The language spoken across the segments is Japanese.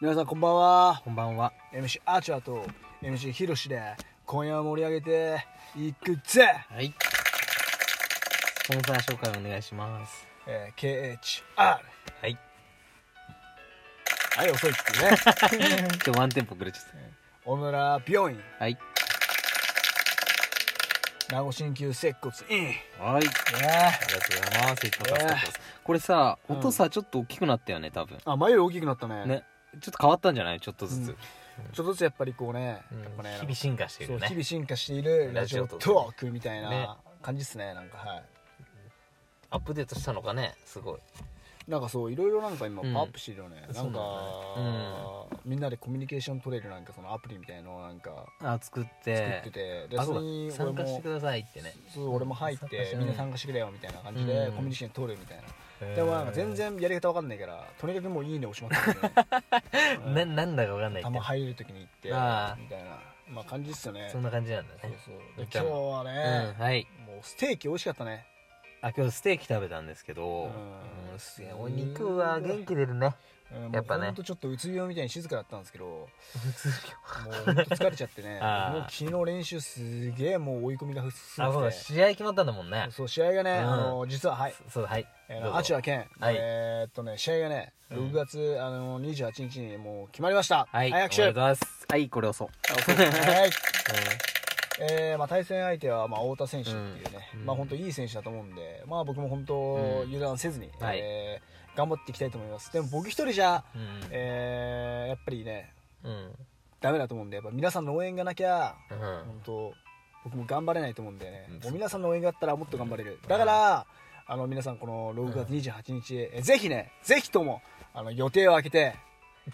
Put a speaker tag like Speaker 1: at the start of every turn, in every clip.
Speaker 1: 皆さんこんばんは
Speaker 2: こんばんは。
Speaker 1: MC アーチャーと MC ヒロシで今夜は盛り上げていくぜ、
Speaker 2: はい。スポンサー紹介お願いします。
Speaker 1: えー、KHR
Speaker 2: はい。
Speaker 1: はい遅いっていうね
Speaker 2: 今日ワンテンポくれちゃっ
Speaker 1: 小村病院
Speaker 2: た。はい。
Speaker 1: 名護鍼灸接骨院ね
Speaker 2: はい。ありがとうございます。一発助かったですこれさ、
Speaker 1: うん
Speaker 2: 音さ、ちょっと大きくなったよね、多分。
Speaker 1: あ前より大きくなったね
Speaker 2: ね。ちょっと変わったんじゃないちょっとずつ。
Speaker 1: ちょっとずつやっぱりこうね,、
Speaker 2: うん
Speaker 1: やっぱね
Speaker 2: 日々進化してる
Speaker 1: そう
Speaker 2: よ
Speaker 1: 日
Speaker 2: ね。
Speaker 1: 々進化しているラジオトークみたい
Speaker 2: ね
Speaker 1: な感じですねなんかはい
Speaker 2: アップデートしたのかねすごい。
Speaker 1: なんかそういろいろなんか今
Speaker 2: う
Speaker 1: パ
Speaker 2: ん
Speaker 1: ワーアップしてるよね、なんか
Speaker 2: そうなんだね
Speaker 1: みんなでコミュニケーション取れるなんかそのアプリみたいのをなんか
Speaker 2: あ、作っ
Speaker 1: 作って
Speaker 2: て。
Speaker 1: て、で
Speaker 2: あ、
Speaker 1: そ
Speaker 2: そ
Speaker 1: れ
Speaker 2: う
Speaker 1: に
Speaker 2: だ。
Speaker 1: 俺
Speaker 2: 参加して
Speaker 1: も
Speaker 2: くださいってね。
Speaker 1: そう俺も入っ
Speaker 2: 参加してて
Speaker 1: みんな参加してくれよみたいな感じで
Speaker 2: うん
Speaker 1: コミュニケーション取るみたいな、で
Speaker 2: で
Speaker 1: もなんか全。然やり方わかんないからとにかくもういいね押しまくって る
Speaker 2: な、なんだかわかんない
Speaker 1: た
Speaker 2: って
Speaker 1: ま。入れる時に行って
Speaker 2: ああ
Speaker 1: みたいなまあ感じっすよね
Speaker 2: そんな感じなんだ
Speaker 1: そう
Speaker 2: ね。
Speaker 1: そう
Speaker 2: め
Speaker 1: で
Speaker 2: っち
Speaker 1: 今
Speaker 2: ゃ
Speaker 1: 日はね
Speaker 2: うん、、はい。
Speaker 1: もうステーキ美味しかったね
Speaker 2: あ、今日ステーキ食べたんですけど、
Speaker 1: うん
Speaker 2: うんすお肉は元気出るな。
Speaker 1: うん
Speaker 2: やっぱね
Speaker 1: もうほんとちょっとうつ病みたいに静かだったんですけ ども
Speaker 2: 普通
Speaker 1: うほんと疲れちゃってね
Speaker 2: ああ
Speaker 1: もう昨日練習すげえもう追い込みがふっす
Speaker 2: あ、そうだ、
Speaker 1: て
Speaker 2: 試合決まったんだもんね。
Speaker 1: そう試合がね、
Speaker 2: うん
Speaker 1: あの実ははい、
Speaker 2: そうだ、はい。
Speaker 1: え
Speaker 2: どう
Speaker 1: ー、
Speaker 2: ぞ
Speaker 1: アチュア県、
Speaker 2: はい
Speaker 1: えーっとね試合がね6月、あの28日にもう決まりました
Speaker 2: はい。
Speaker 1: 早く
Speaker 2: おめでとうございます。はい、これ押そう。
Speaker 1: はいえーまあ、対戦相手は、まあ、太田選手っていうね、
Speaker 2: うん
Speaker 1: まあ、本当いい選手だと思うんで、まあ、僕も本当
Speaker 2: うん
Speaker 1: 油断せずに、
Speaker 2: はい
Speaker 1: えー頑張っていきたいと思いますでも僕一人じゃ、
Speaker 2: うん。
Speaker 1: えーやっぱりね
Speaker 2: うん。
Speaker 1: ダメだと思うんでやっぱ皆さんの応援がなきゃ
Speaker 2: うん。
Speaker 1: 本当僕も頑張れないと思うんでね
Speaker 2: うん
Speaker 1: もう皆さんの応援があったらもっと頑張れるだからあの皆さんこの6月28日、えぜひねぜひともあの予定を空けて、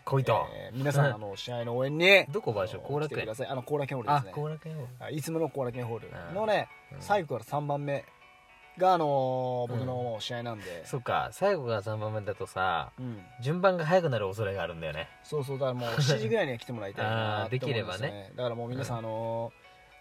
Speaker 2: こいと。
Speaker 1: えー皆さんあの試合の応援に
Speaker 2: どこ場所
Speaker 1: あの
Speaker 2: 後楽園
Speaker 1: 来てくださいあの後楽園ホールで
Speaker 2: あ
Speaker 1: すね、
Speaker 2: 後楽園を。
Speaker 1: あいつもの後楽園ホール
Speaker 2: うん
Speaker 1: のね、
Speaker 2: うん
Speaker 1: 最後から3番目が、あのー僕の
Speaker 2: うん
Speaker 1: もう試合なんで、
Speaker 2: そっか、最後が3番目だとさ、
Speaker 1: うん
Speaker 2: 順番が早くなる恐れがあるんだよね。
Speaker 1: そうそうだからもう7時ぐらいには来てもらいたいな
Speaker 2: あー
Speaker 1: って思うん
Speaker 2: できれば
Speaker 1: すよねだからもう皆さん、あの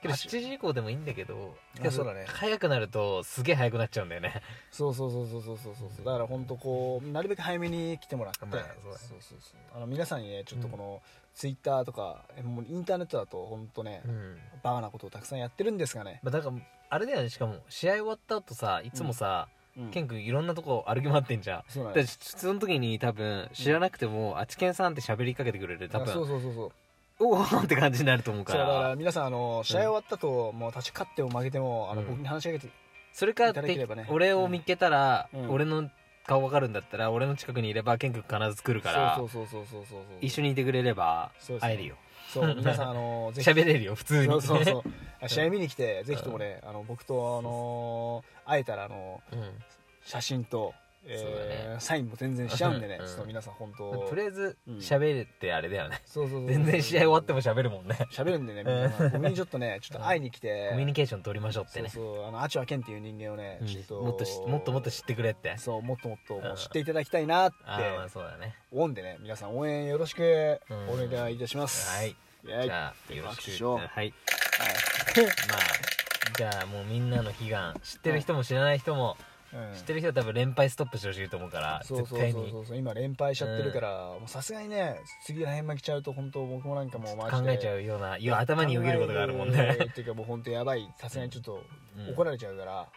Speaker 2: けど
Speaker 1: あし
Speaker 2: 7時以降でもいいんだけど、
Speaker 1: あ
Speaker 2: けど
Speaker 1: そうだね
Speaker 2: 早くなるとすげえ早くなっちゃうんだよね。
Speaker 1: ーそうそうそうそうそうそうそうだから本当こうなるべく早めに来てもらって、
Speaker 2: ま
Speaker 1: そ
Speaker 2: あそううだね
Speaker 1: そうそうあの皆さんにねちょっとこの、ツイッターとかえもうインターネットだと本当ね、
Speaker 2: うん。
Speaker 1: バカなことをたくさんやってるんですがね、
Speaker 2: まあ、だから、あれだよね、しかも、試合終わった後さ、いつもさ、
Speaker 1: うん
Speaker 2: ケン君いろんなとこ歩き回ってんじゃん。
Speaker 1: そうなん
Speaker 2: だ
Speaker 1: で
Speaker 2: か
Speaker 1: す
Speaker 2: らその時に多分知らなくても、あちけんさんって喋りかけてくれる多
Speaker 1: あそう
Speaker 2: 分
Speaker 1: そうそうそう
Speaker 2: おおーって感じになると思う
Speaker 1: そ
Speaker 2: か
Speaker 1: うだから
Speaker 2: ら
Speaker 1: 皆さんあの試合終わったと、もう立ち勝っても負けてもあの、
Speaker 2: うん
Speaker 1: 僕に話しかけて
Speaker 2: それか
Speaker 1: いただければね
Speaker 2: て俺を見っけたら、
Speaker 1: うん
Speaker 2: 俺の顔わかるんだったら俺の近くにいればケン君必ず来るから
Speaker 1: そうそうそうそうそうそうそう
Speaker 2: 一緒にいてくれれば
Speaker 1: そうですね
Speaker 2: 会えるよ
Speaker 1: そう皆さんあの ぜひ
Speaker 2: 喋れるよ普通に
Speaker 1: そうそう
Speaker 2: う、
Speaker 1: そうあ試合見に来てぜひともねあの僕とあの会えたらあの
Speaker 2: ん
Speaker 1: 写真と
Speaker 2: そうだ
Speaker 1: えーサインも全然しちゃうんでね
Speaker 2: うん
Speaker 1: ちょっと皆さん本
Speaker 2: ま
Speaker 1: 当
Speaker 2: あとりあえず
Speaker 1: うん
Speaker 2: 喋るってあれだよね、
Speaker 1: そうそうそう
Speaker 2: 全然試合終わっても喋るもんね
Speaker 1: 喋るんでねみんな僕にちょっと ねちょっと会いに来て
Speaker 2: コミュニケーション取りましょうって
Speaker 1: そう
Speaker 2: ね
Speaker 1: そうあのアチュアケンっていう人間をね
Speaker 2: うん
Speaker 1: ちょっと
Speaker 2: もっとしもっともっと知ってくれって
Speaker 1: そうもっともっともう
Speaker 2: うん
Speaker 1: 知っていただきたいなって
Speaker 2: ああまあそうだね
Speaker 1: 思うんでね皆さん応援よろしく
Speaker 2: うん
Speaker 1: お願いいたします
Speaker 2: はい
Speaker 1: イェイ
Speaker 2: じゃあよろ
Speaker 1: 拍手
Speaker 2: し
Speaker 1: し
Speaker 2: く
Speaker 1: よう
Speaker 2: はい
Speaker 1: はい
Speaker 2: まあじゃあもうみんなの悲願知ってる人も知らない人も、
Speaker 1: うん
Speaker 2: 知ってる人は多分連敗ストップしてほしいと思うから
Speaker 1: そうそう
Speaker 2: 絶対
Speaker 1: そう
Speaker 2: に
Speaker 1: そうそう今連敗しちゃってるからもうさすがにね次らへん負けちゃうと本当僕もなんかもうマジ
Speaker 2: 考
Speaker 1: で
Speaker 2: えちゃうようないや頭によぎることがあるもんね
Speaker 1: 考えてっていうかもう本当やばいさすがにちょっと
Speaker 2: うん
Speaker 1: 怒られちゃうから、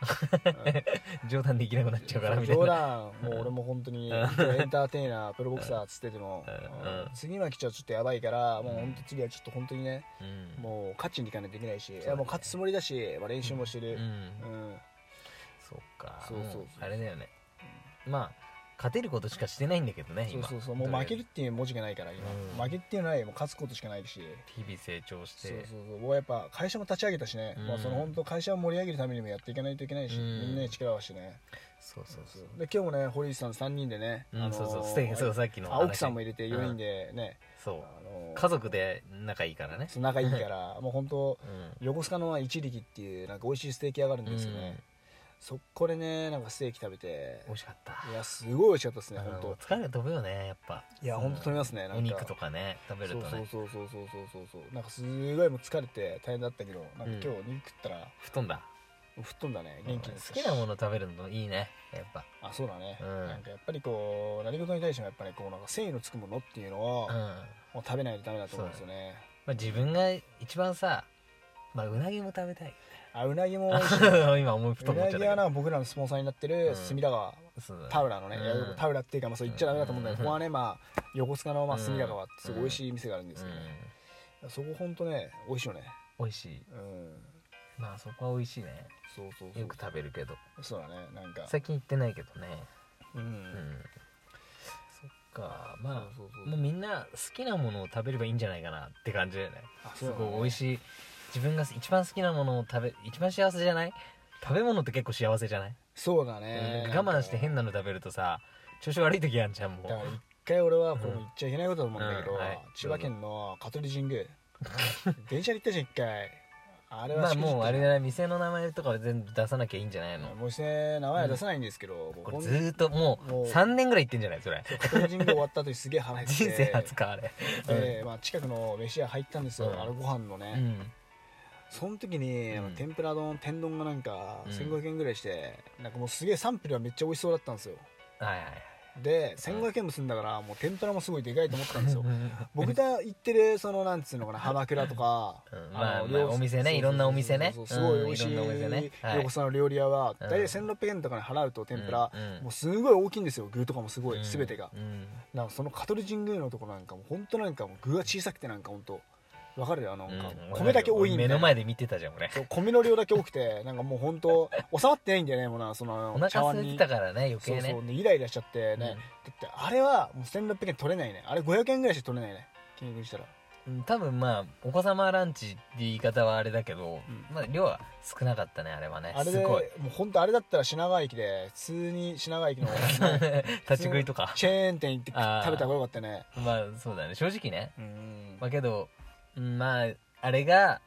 Speaker 2: 冗談できなくなっちゃうから
Speaker 1: うん
Speaker 2: みたい
Speaker 1: 冗
Speaker 2: な
Speaker 1: 談もう俺も本当にエンターテイナープロボクサーっつってても、
Speaker 2: うん
Speaker 1: うん次負けちゃうとちょっとやばいからもう本当次はちょっと本当にね
Speaker 2: うん
Speaker 1: もう勝ちに行かないといけないし、いやもう勝つつもりだし、まあ、練習もして
Speaker 2: う
Speaker 1: る、
Speaker 2: ん
Speaker 1: うん
Speaker 2: そうか
Speaker 1: そうそうそう
Speaker 2: もあれだよねまあ勝てることしかしてないんだけどね
Speaker 1: そう
Speaker 2: 今
Speaker 1: そうそうもう負けるっていう文字がないから今、
Speaker 2: うん
Speaker 1: 負けっていうのはないもう勝つことしかないし
Speaker 2: 日々成長し
Speaker 1: そう
Speaker 2: て
Speaker 1: そうそうもうやっぱ会社も立ち上げたしね、
Speaker 2: うん
Speaker 1: まあ、その本当会社を盛り上げるためにもやっていかないといけないし、
Speaker 2: うん
Speaker 1: みんなに力を合わせてね
Speaker 2: そうそうそう
Speaker 1: で今日もね堀内さん3人でね、
Speaker 2: うん
Speaker 1: あのー
Speaker 2: そうそうステーキそうさっきの
Speaker 1: あ
Speaker 2: 話
Speaker 1: 奥さんも入れて4人でね、
Speaker 2: そう
Speaker 1: あのー
Speaker 2: 家族で仲いいからね
Speaker 1: そう仲いいから もう本当
Speaker 2: うん
Speaker 1: 横須賀の一力っていうなんか美味しいステーキ屋があるんですよね、
Speaker 2: うん
Speaker 1: そこでねなんかステーキ食べて
Speaker 2: 美味しかった
Speaker 1: いやすごい美味しかったですね
Speaker 2: あ
Speaker 1: 本
Speaker 2: の
Speaker 1: 当
Speaker 2: 疲れが飛ぶよねやっぱ
Speaker 1: いや本当飛びますねなんか
Speaker 2: お肉とかね食べる
Speaker 1: そ
Speaker 2: と
Speaker 1: うそう
Speaker 2: ね
Speaker 1: そうそうそうそうそうなんかすごいもう疲れて大変だったけどなんか今日肉食ったら、
Speaker 2: 太んだ
Speaker 1: 吹っ飛んだね元気に
Speaker 2: 好きなも
Speaker 1: の
Speaker 2: の食べるのいいねやっぱ
Speaker 1: あそうだね、
Speaker 2: うん
Speaker 1: なんかやっぱりこう何事に対してもやっぱりこうなんか繊維のつくものっていうのを、
Speaker 2: うん
Speaker 1: も
Speaker 2: ま
Speaker 1: う食べないとダメだと思うんですよね
Speaker 2: あ自分が一番さまあうなぎも食べたい
Speaker 1: あうなぎも美味しいね
Speaker 2: 今思いふと
Speaker 1: う
Speaker 2: 思っ
Speaker 1: な
Speaker 2: ちゃっ
Speaker 1: ぎ
Speaker 2: たけ
Speaker 1: は
Speaker 2: ど
Speaker 1: な僕らのスポンサーになってる
Speaker 2: うん
Speaker 1: 隅田川
Speaker 2: そうだ
Speaker 1: タウラのね、
Speaker 2: うん
Speaker 1: いやタウラっていうか、まあ、そう言っちゃダメだと思うんだけど、
Speaker 2: うん
Speaker 1: ここはね、まあ、横須賀の、まあ、
Speaker 2: うん
Speaker 1: 隅田川ってすごい美味しい店があるんですけどね、そこほんとね美味しいよね
Speaker 2: うん美味しい
Speaker 1: うん
Speaker 2: まあそこは美味しいね
Speaker 1: そうそうそう
Speaker 2: よく食べるけど
Speaker 1: そうだねなんか
Speaker 2: 最近行ってないけどね
Speaker 1: うん、
Speaker 2: うんそっかま
Speaker 1: そうそう
Speaker 2: あもうみんな好きなものを食べればいいんじゃないかなって感じだよね
Speaker 1: あ
Speaker 2: すごい美
Speaker 1: 美
Speaker 2: 味しい自分が一番好きなものを食べ一番幸せじゃない食べ物って結構幸せじゃない、
Speaker 1: そうだね、
Speaker 2: うん我慢して変なの食べるとさ調子悪い時あんじゃんも
Speaker 1: だから
Speaker 2: う
Speaker 1: 一回俺はこれも言っちゃいけないことだと思うんだけど、
Speaker 2: うんはい
Speaker 1: 千葉県の香取神宮電車で行ったじゃん一回あれは
Speaker 2: まあ
Speaker 1: しくじった
Speaker 2: もうあれだな店の名前とかは全部出さなきゃいいんじゃないの
Speaker 1: もうして名前は出さないんですけど、僕
Speaker 2: これ
Speaker 1: ほん
Speaker 2: ずーっともう
Speaker 1: もう
Speaker 2: 3年ぐらい行ってんじゃないそれ
Speaker 1: 香取神宮終わった後にすげえ腹減って
Speaker 2: 人生初かあれ
Speaker 1: で、まあ、近くの飯屋入ったんですよ、
Speaker 2: うん
Speaker 1: あのご飯のね、
Speaker 2: うん
Speaker 1: その時に、あの
Speaker 2: うん
Speaker 1: 天ぷら丼天丼がなんか
Speaker 2: うん
Speaker 1: 1500円ぐらいして、なんかもうすげえ賛否がめっちゃ美味しそうだったんですよ
Speaker 2: はいはい
Speaker 1: で1500円もすんだからもう天ぷらもすごいでかいと思ったんですよ
Speaker 2: うん
Speaker 1: 僕が行ってるそのなんつうのかな浜倉とか、
Speaker 2: うん
Speaker 1: の
Speaker 2: まあま
Speaker 1: 料
Speaker 2: あ
Speaker 1: 理
Speaker 2: お店ね
Speaker 1: そうそうそう
Speaker 2: いろんなお店ね
Speaker 1: そうそうそうすごい美味し
Speaker 2: うんい
Speaker 1: い
Speaker 2: ろんなお店ねはい
Speaker 1: 横須賀の料理屋は
Speaker 2: うん
Speaker 1: 大体1600円とかに払うと天ぷら、
Speaker 2: うんうん
Speaker 1: もうすごい大きいんですよ具とかもすごい、
Speaker 2: うん
Speaker 1: 全てが
Speaker 2: うん
Speaker 1: なんかその香取神宮のところなんかも本当なんかもう具が小さくてなんか本当わかるよなんか
Speaker 2: うん
Speaker 1: 米だけ多いんで、
Speaker 2: 目の前で見てたじゃん俺
Speaker 1: そう米の量だけ多くてなんかもう本当収まってないんだよねもうなその
Speaker 2: お腹
Speaker 1: 茶
Speaker 2: 空
Speaker 1: 碗
Speaker 2: いて
Speaker 1: に
Speaker 2: たからね余計
Speaker 1: そうそ
Speaker 2: ね
Speaker 1: うねイライラしちゃってね、
Speaker 2: うん
Speaker 1: だってあれはもう1600円取れないねあれ500円ぐらいしか取れないね金額にしたら
Speaker 2: うん多分まあお子様ランチって言い方はあれだけど
Speaker 1: うん
Speaker 2: まあ量は少なかったねあれはね
Speaker 1: あれ
Speaker 2: す
Speaker 1: でも
Speaker 2: ごいう
Speaker 1: 本当あれだったら品川駅で普通に品川駅の
Speaker 2: 立ち食いとか
Speaker 1: チェーン店行って食
Speaker 2: あー
Speaker 1: べた方がよかったね
Speaker 2: まあそうだね正直ね
Speaker 1: うん
Speaker 2: まあけどうんまああれが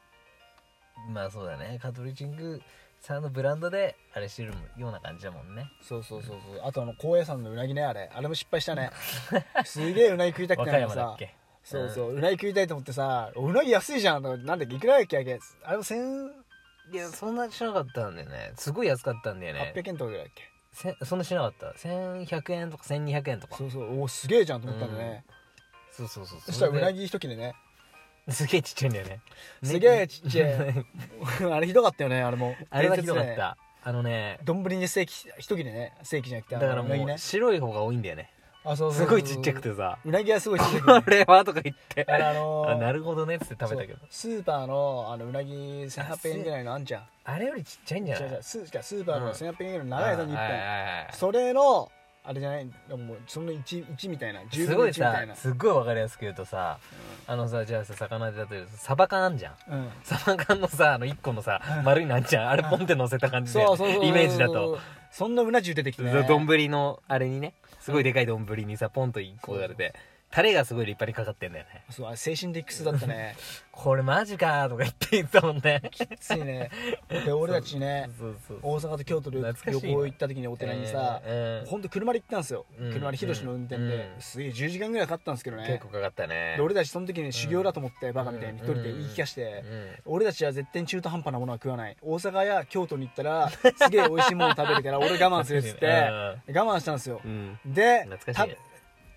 Speaker 2: まあそうだねカトリチングさんのブランドであれしてるような感じだもんね
Speaker 1: そうそうそうそうあとあの高野山のうなぎねあれあれも失敗したね すげえうなぎ食いたく
Speaker 2: 和
Speaker 1: て
Speaker 2: 歌
Speaker 1: なんか
Speaker 2: 山だ
Speaker 1: さ
Speaker 2: っけ
Speaker 1: そうそううなぎ食いたいと思ってさうなぎ安いじゃんなんだっけいくらやっけあれあれも1800
Speaker 2: いやそんなしなかったんだよねすごい安かったんだよね
Speaker 1: 円とかぐらいだっけ
Speaker 2: せんそんなしなかった1100円とか1200円とか
Speaker 1: そうそうおすげえじゃんと思ったんだね、
Speaker 2: そうそうそう
Speaker 1: そしたらう
Speaker 2: れで
Speaker 1: なぎ一切れね
Speaker 2: すげえちっちゃいんだよね
Speaker 1: すげえちっちゃ い あれひどかったよねあれも
Speaker 2: あれがひどか
Speaker 1: 伝
Speaker 2: っ
Speaker 1: 説ね
Speaker 2: たあのね
Speaker 1: 丼にステーキ一切れねステーキじゃなくて
Speaker 2: だ
Speaker 1: あの
Speaker 2: からも
Speaker 1: なぎ
Speaker 2: う
Speaker 1: ね
Speaker 2: 白い方が多いんだよね
Speaker 1: あそうそう
Speaker 2: す
Speaker 1: そう
Speaker 2: ごいちっちゃくてさ
Speaker 1: うなぎはすごいちっちゃ
Speaker 2: こ
Speaker 1: くて
Speaker 2: れはとか言って
Speaker 1: あれあのー
Speaker 2: あなるほどねっつって食べたけど
Speaker 1: そうスーパーのあのうなぎ1800円ぐらいのあんじゃん
Speaker 2: あれよりちっちゃいんじゃ
Speaker 1: 違
Speaker 2: な
Speaker 1: う違
Speaker 2: いう
Speaker 1: スー違うスーパー
Speaker 2: うん
Speaker 1: の1800円ぐらいの長いのに
Speaker 2: はいはい
Speaker 1: 1
Speaker 2: はいはい
Speaker 1: 本それのあれじゃないもうその 1, 一みたいな10
Speaker 2: す
Speaker 1: 分の
Speaker 2: ご
Speaker 1: 1
Speaker 2: い
Speaker 1: みた
Speaker 2: さ
Speaker 1: いな
Speaker 2: すっごいわかりやすく言うとさあのさじゃあさ魚で例えるとサバ缶あんじゃん
Speaker 1: うん
Speaker 2: サバ缶のさあの1個のさ丸いなんじゃんあれポンって乗せた感じで
Speaker 1: そうそうそう
Speaker 2: イメージだと
Speaker 1: そんなうな重出てきてね
Speaker 2: 丼のあれにねすごいでかい丼にさポンと1個やれてタレがすごい立派にかかってんだよね
Speaker 1: そうあれ精神的苦痛だった ね
Speaker 2: これマジかーとか言って言ってたもんね
Speaker 1: ついねで俺たちね
Speaker 2: そうそう
Speaker 1: 大阪と京都で旅
Speaker 2: 懐かしいな
Speaker 1: 行行った時にお寺にさ、
Speaker 2: えーえー
Speaker 1: ほんと車で行ったんですよ、
Speaker 2: うん
Speaker 1: 車でヒロシの運転で、
Speaker 2: うん
Speaker 1: すげえ10時間ぐらいかかったんですけどね
Speaker 2: 結構かかったね
Speaker 1: で俺たちその時に修行だと思って、バカみたいに一人で言い聞かして、俺たちは絶対に中途半端なものは食わない大阪や京都に行ったらすげえ美味しいもの食べるから俺我慢するっつって我
Speaker 2: う
Speaker 1: 慢したんですよ
Speaker 2: うん、うん
Speaker 1: で
Speaker 2: 懐か
Speaker 1: た
Speaker 2: しいね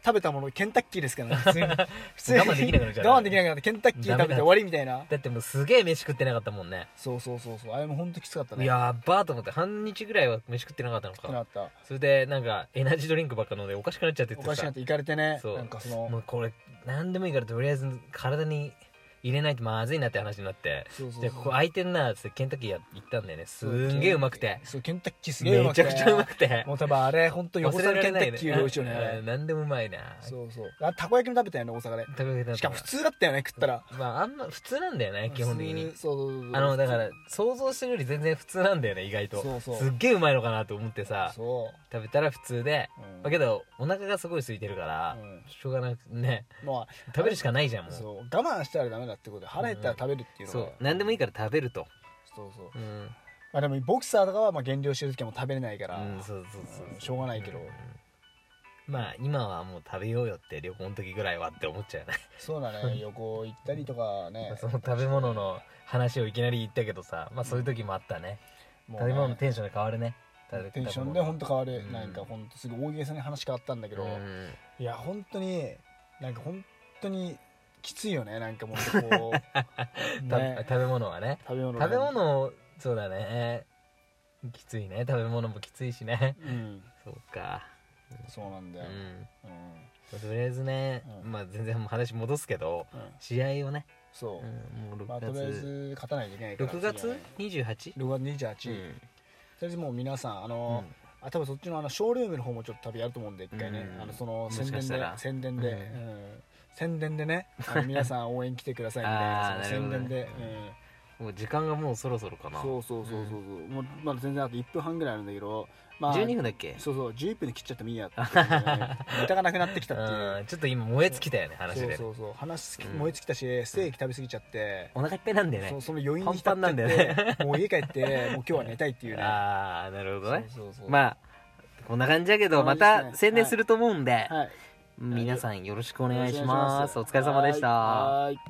Speaker 1: 食べたものケンタッキーですからね普通 に普通に
Speaker 2: 我慢できなくなっちゃう
Speaker 1: 我慢できなくなってケンタッキー食べて終わりみたいな
Speaker 2: だってもうすげえ飯食ってなかったもんね
Speaker 1: そうそうそうそうあれもほんときつかったね
Speaker 2: やっばーと思って半日ぐらいは飯食ってなかったの
Speaker 1: きつくなっ
Speaker 2: か
Speaker 1: た
Speaker 2: それでなんかエナジードリンクばっか飲んでおかしくなっちゃって
Speaker 1: お
Speaker 2: て
Speaker 1: かしいな
Speaker 2: さ
Speaker 1: って行かれてね
Speaker 2: そう
Speaker 1: なんかその
Speaker 2: もうこれ何でもいいからとりあえず体に入れないとまずいなって話になって
Speaker 1: そうそうそう
Speaker 2: じゃあここ空いてんなっつってケンタッキーや行ったんだよねすんげえうまくて
Speaker 1: そうケンタッキーすげえうま
Speaker 2: め
Speaker 1: く
Speaker 2: ち
Speaker 1: て
Speaker 2: ゃくちゃうまくて
Speaker 1: もう多分あれ本当横
Speaker 2: 忘
Speaker 1: 須
Speaker 2: れ
Speaker 1: 賀
Speaker 2: ら
Speaker 1: ケ
Speaker 2: れ
Speaker 1: ン
Speaker 2: な
Speaker 1: タ
Speaker 2: い
Speaker 1: ッキーより美味しいよ
Speaker 2: う
Speaker 1: ね
Speaker 2: ん何でもうまいな
Speaker 1: そうそうあたこ焼きも食べたよね大阪で
Speaker 2: たこ焼きだった
Speaker 1: しかも普通だったよね食ったら
Speaker 2: まああんま普通なんだよね基本的に
Speaker 1: 普通そうそうそう
Speaker 2: あのだから想像してるより全然普通なんだよね意外と
Speaker 1: そうそう
Speaker 2: すっげえうまいのかなと思ってさ
Speaker 1: そ
Speaker 2: 食べたら普通で、
Speaker 1: う、うん
Speaker 2: だけどお腹がすごい空いてるから、
Speaker 1: うん
Speaker 2: しょうがなくね
Speaker 1: ま
Speaker 2: 食べるしかないじゃん
Speaker 1: あ
Speaker 2: もう
Speaker 1: そう我慢したらダメだってことで腹減ったら食べるっていうの
Speaker 2: そ
Speaker 1: が、
Speaker 2: う何でもいいから食べると、
Speaker 1: そうそう
Speaker 2: うん、
Speaker 1: まあでもボクサーとかはまあ減量してる時はもう食べれないから、
Speaker 2: うん、そうそうそう
Speaker 1: うんしょうがないけど
Speaker 2: まあ今はもう食べようよって旅行の時ぐらいはって思っちゃうよね
Speaker 1: そうだね旅行行 ったりとかね
Speaker 2: その食べ物の話をいきなり言ったけどさまあそういう時もあったね、
Speaker 1: も
Speaker 2: 食べ物のテンションで変わるね
Speaker 1: テンションで本当変わる、
Speaker 2: うん
Speaker 1: なんか本当すごい大げさに話変わったんだけ
Speaker 2: け
Speaker 1: ど、
Speaker 2: うん
Speaker 1: いや本当になんか本当にきついよねなんかも うこう、
Speaker 2: た
Speaker 1: ね、
Speaker 2: 食べ物はね
Speaker 1: 食べ物
Speaker 2: 食べ物そうだねきついね食べ物もきついしね
Speaker 1: うん
Speaker 2: そうか
Speaker 1: そうなんだ
Speaker 2: う
Speaker 1: よ、
Speaker 2: ん
Speaker 1: うん
Speaker 2: とりあえずね、
Speaker 1: うん
Speaker 2: まあ全然もう話戻すけど
Speaker 1: うん
Speaker 2: 試合をね、
Speaker 1: そうう、
Speaker 2: ん、もう
Speaker 1: まあ
Speaker 2: 6
Speaker 1: とりあえ
Speaker 2: 月、
Speaker 1: ず勝たないといけないから
Speaker 2: 6
Speaker 1: 次は
Speaker 2: 月
Speaker 1: ね6
Speaker 2: 28?
Speaker 1: 月28、とりあえずもう皆さんあの、あ多分そっちのあのショールームの方もちょっと旅やると思うんで一回ね、
Speaker 2: うん
Speaker 1: あのその
Speaker 2: もしか
Speaker 1: 宣伝
Speaker 2: した
Speaker 1: で
Speaker 2: ら
Speaker 1: 宣伝で、
Speaker 2: うん
Speaker 1: うん宣伝で ねあの皆さん応援来てくださいみ
Speaker 2: あ
Speaker 1: たい
Speaker 2: ー
Speaker 1: なその宣
Speaker 2: な
Speaker 1: 伝
Speaker 2: るほど
Speaker 1: で
Speaker 2: ね、
Speaker 1: うん
Speaker 2: もう時間がもうそろそろかな
Speaker 1: そうそうそうそうそう、もうまだ全然あと1分半ぐらいあるんだけど、まあ、
Speaker 2: 12分だっけ
Speaker 1: そうそう11分で切っちゃってもいい やっていうねネタがなくなってきたっていう
Speaker 2: うんちょっと今燃え尽きたよね話で
Speaker 1: そうそうそう話すき
Speaker 2: うん
Speaker 1: 燃え尽きたし、ステーキ食べ過ぎちゃって、
Speaker 2: お腹いっぱいなんだよ
Speaker 1: そ
Speaker 2: ね
Speaker 1: うその余韻に浸っ
Speaker 2: パンパンなん
Speaker 1: ちゃ
Speaker 2: だ
Speaker 1: って、
Speaker 2: よ
Speaker 1: もう家帰ってもう今日は寝たいっていうね
Speaker 2: ああなるほどね
Speaker 1: そうそうそう
Speaker 2: まあこんな感じだけ
Speaker 1: こ
Speaker 2: ど
Speaker 1: んな
Speaker 2: ま
Speaker 1: 感じですね
Speaker 2: た宣伝すると思うんで、
Speaker 1: はい
Speaker 2: 皆さんよろしくお願いし
Speaker 1: よろ
Speaker 2: ま
Speaker 1: し
Speaker 2: す
Speaker 1: く
Speaker 2: お疲れ様でした
Speaker 1: はいはい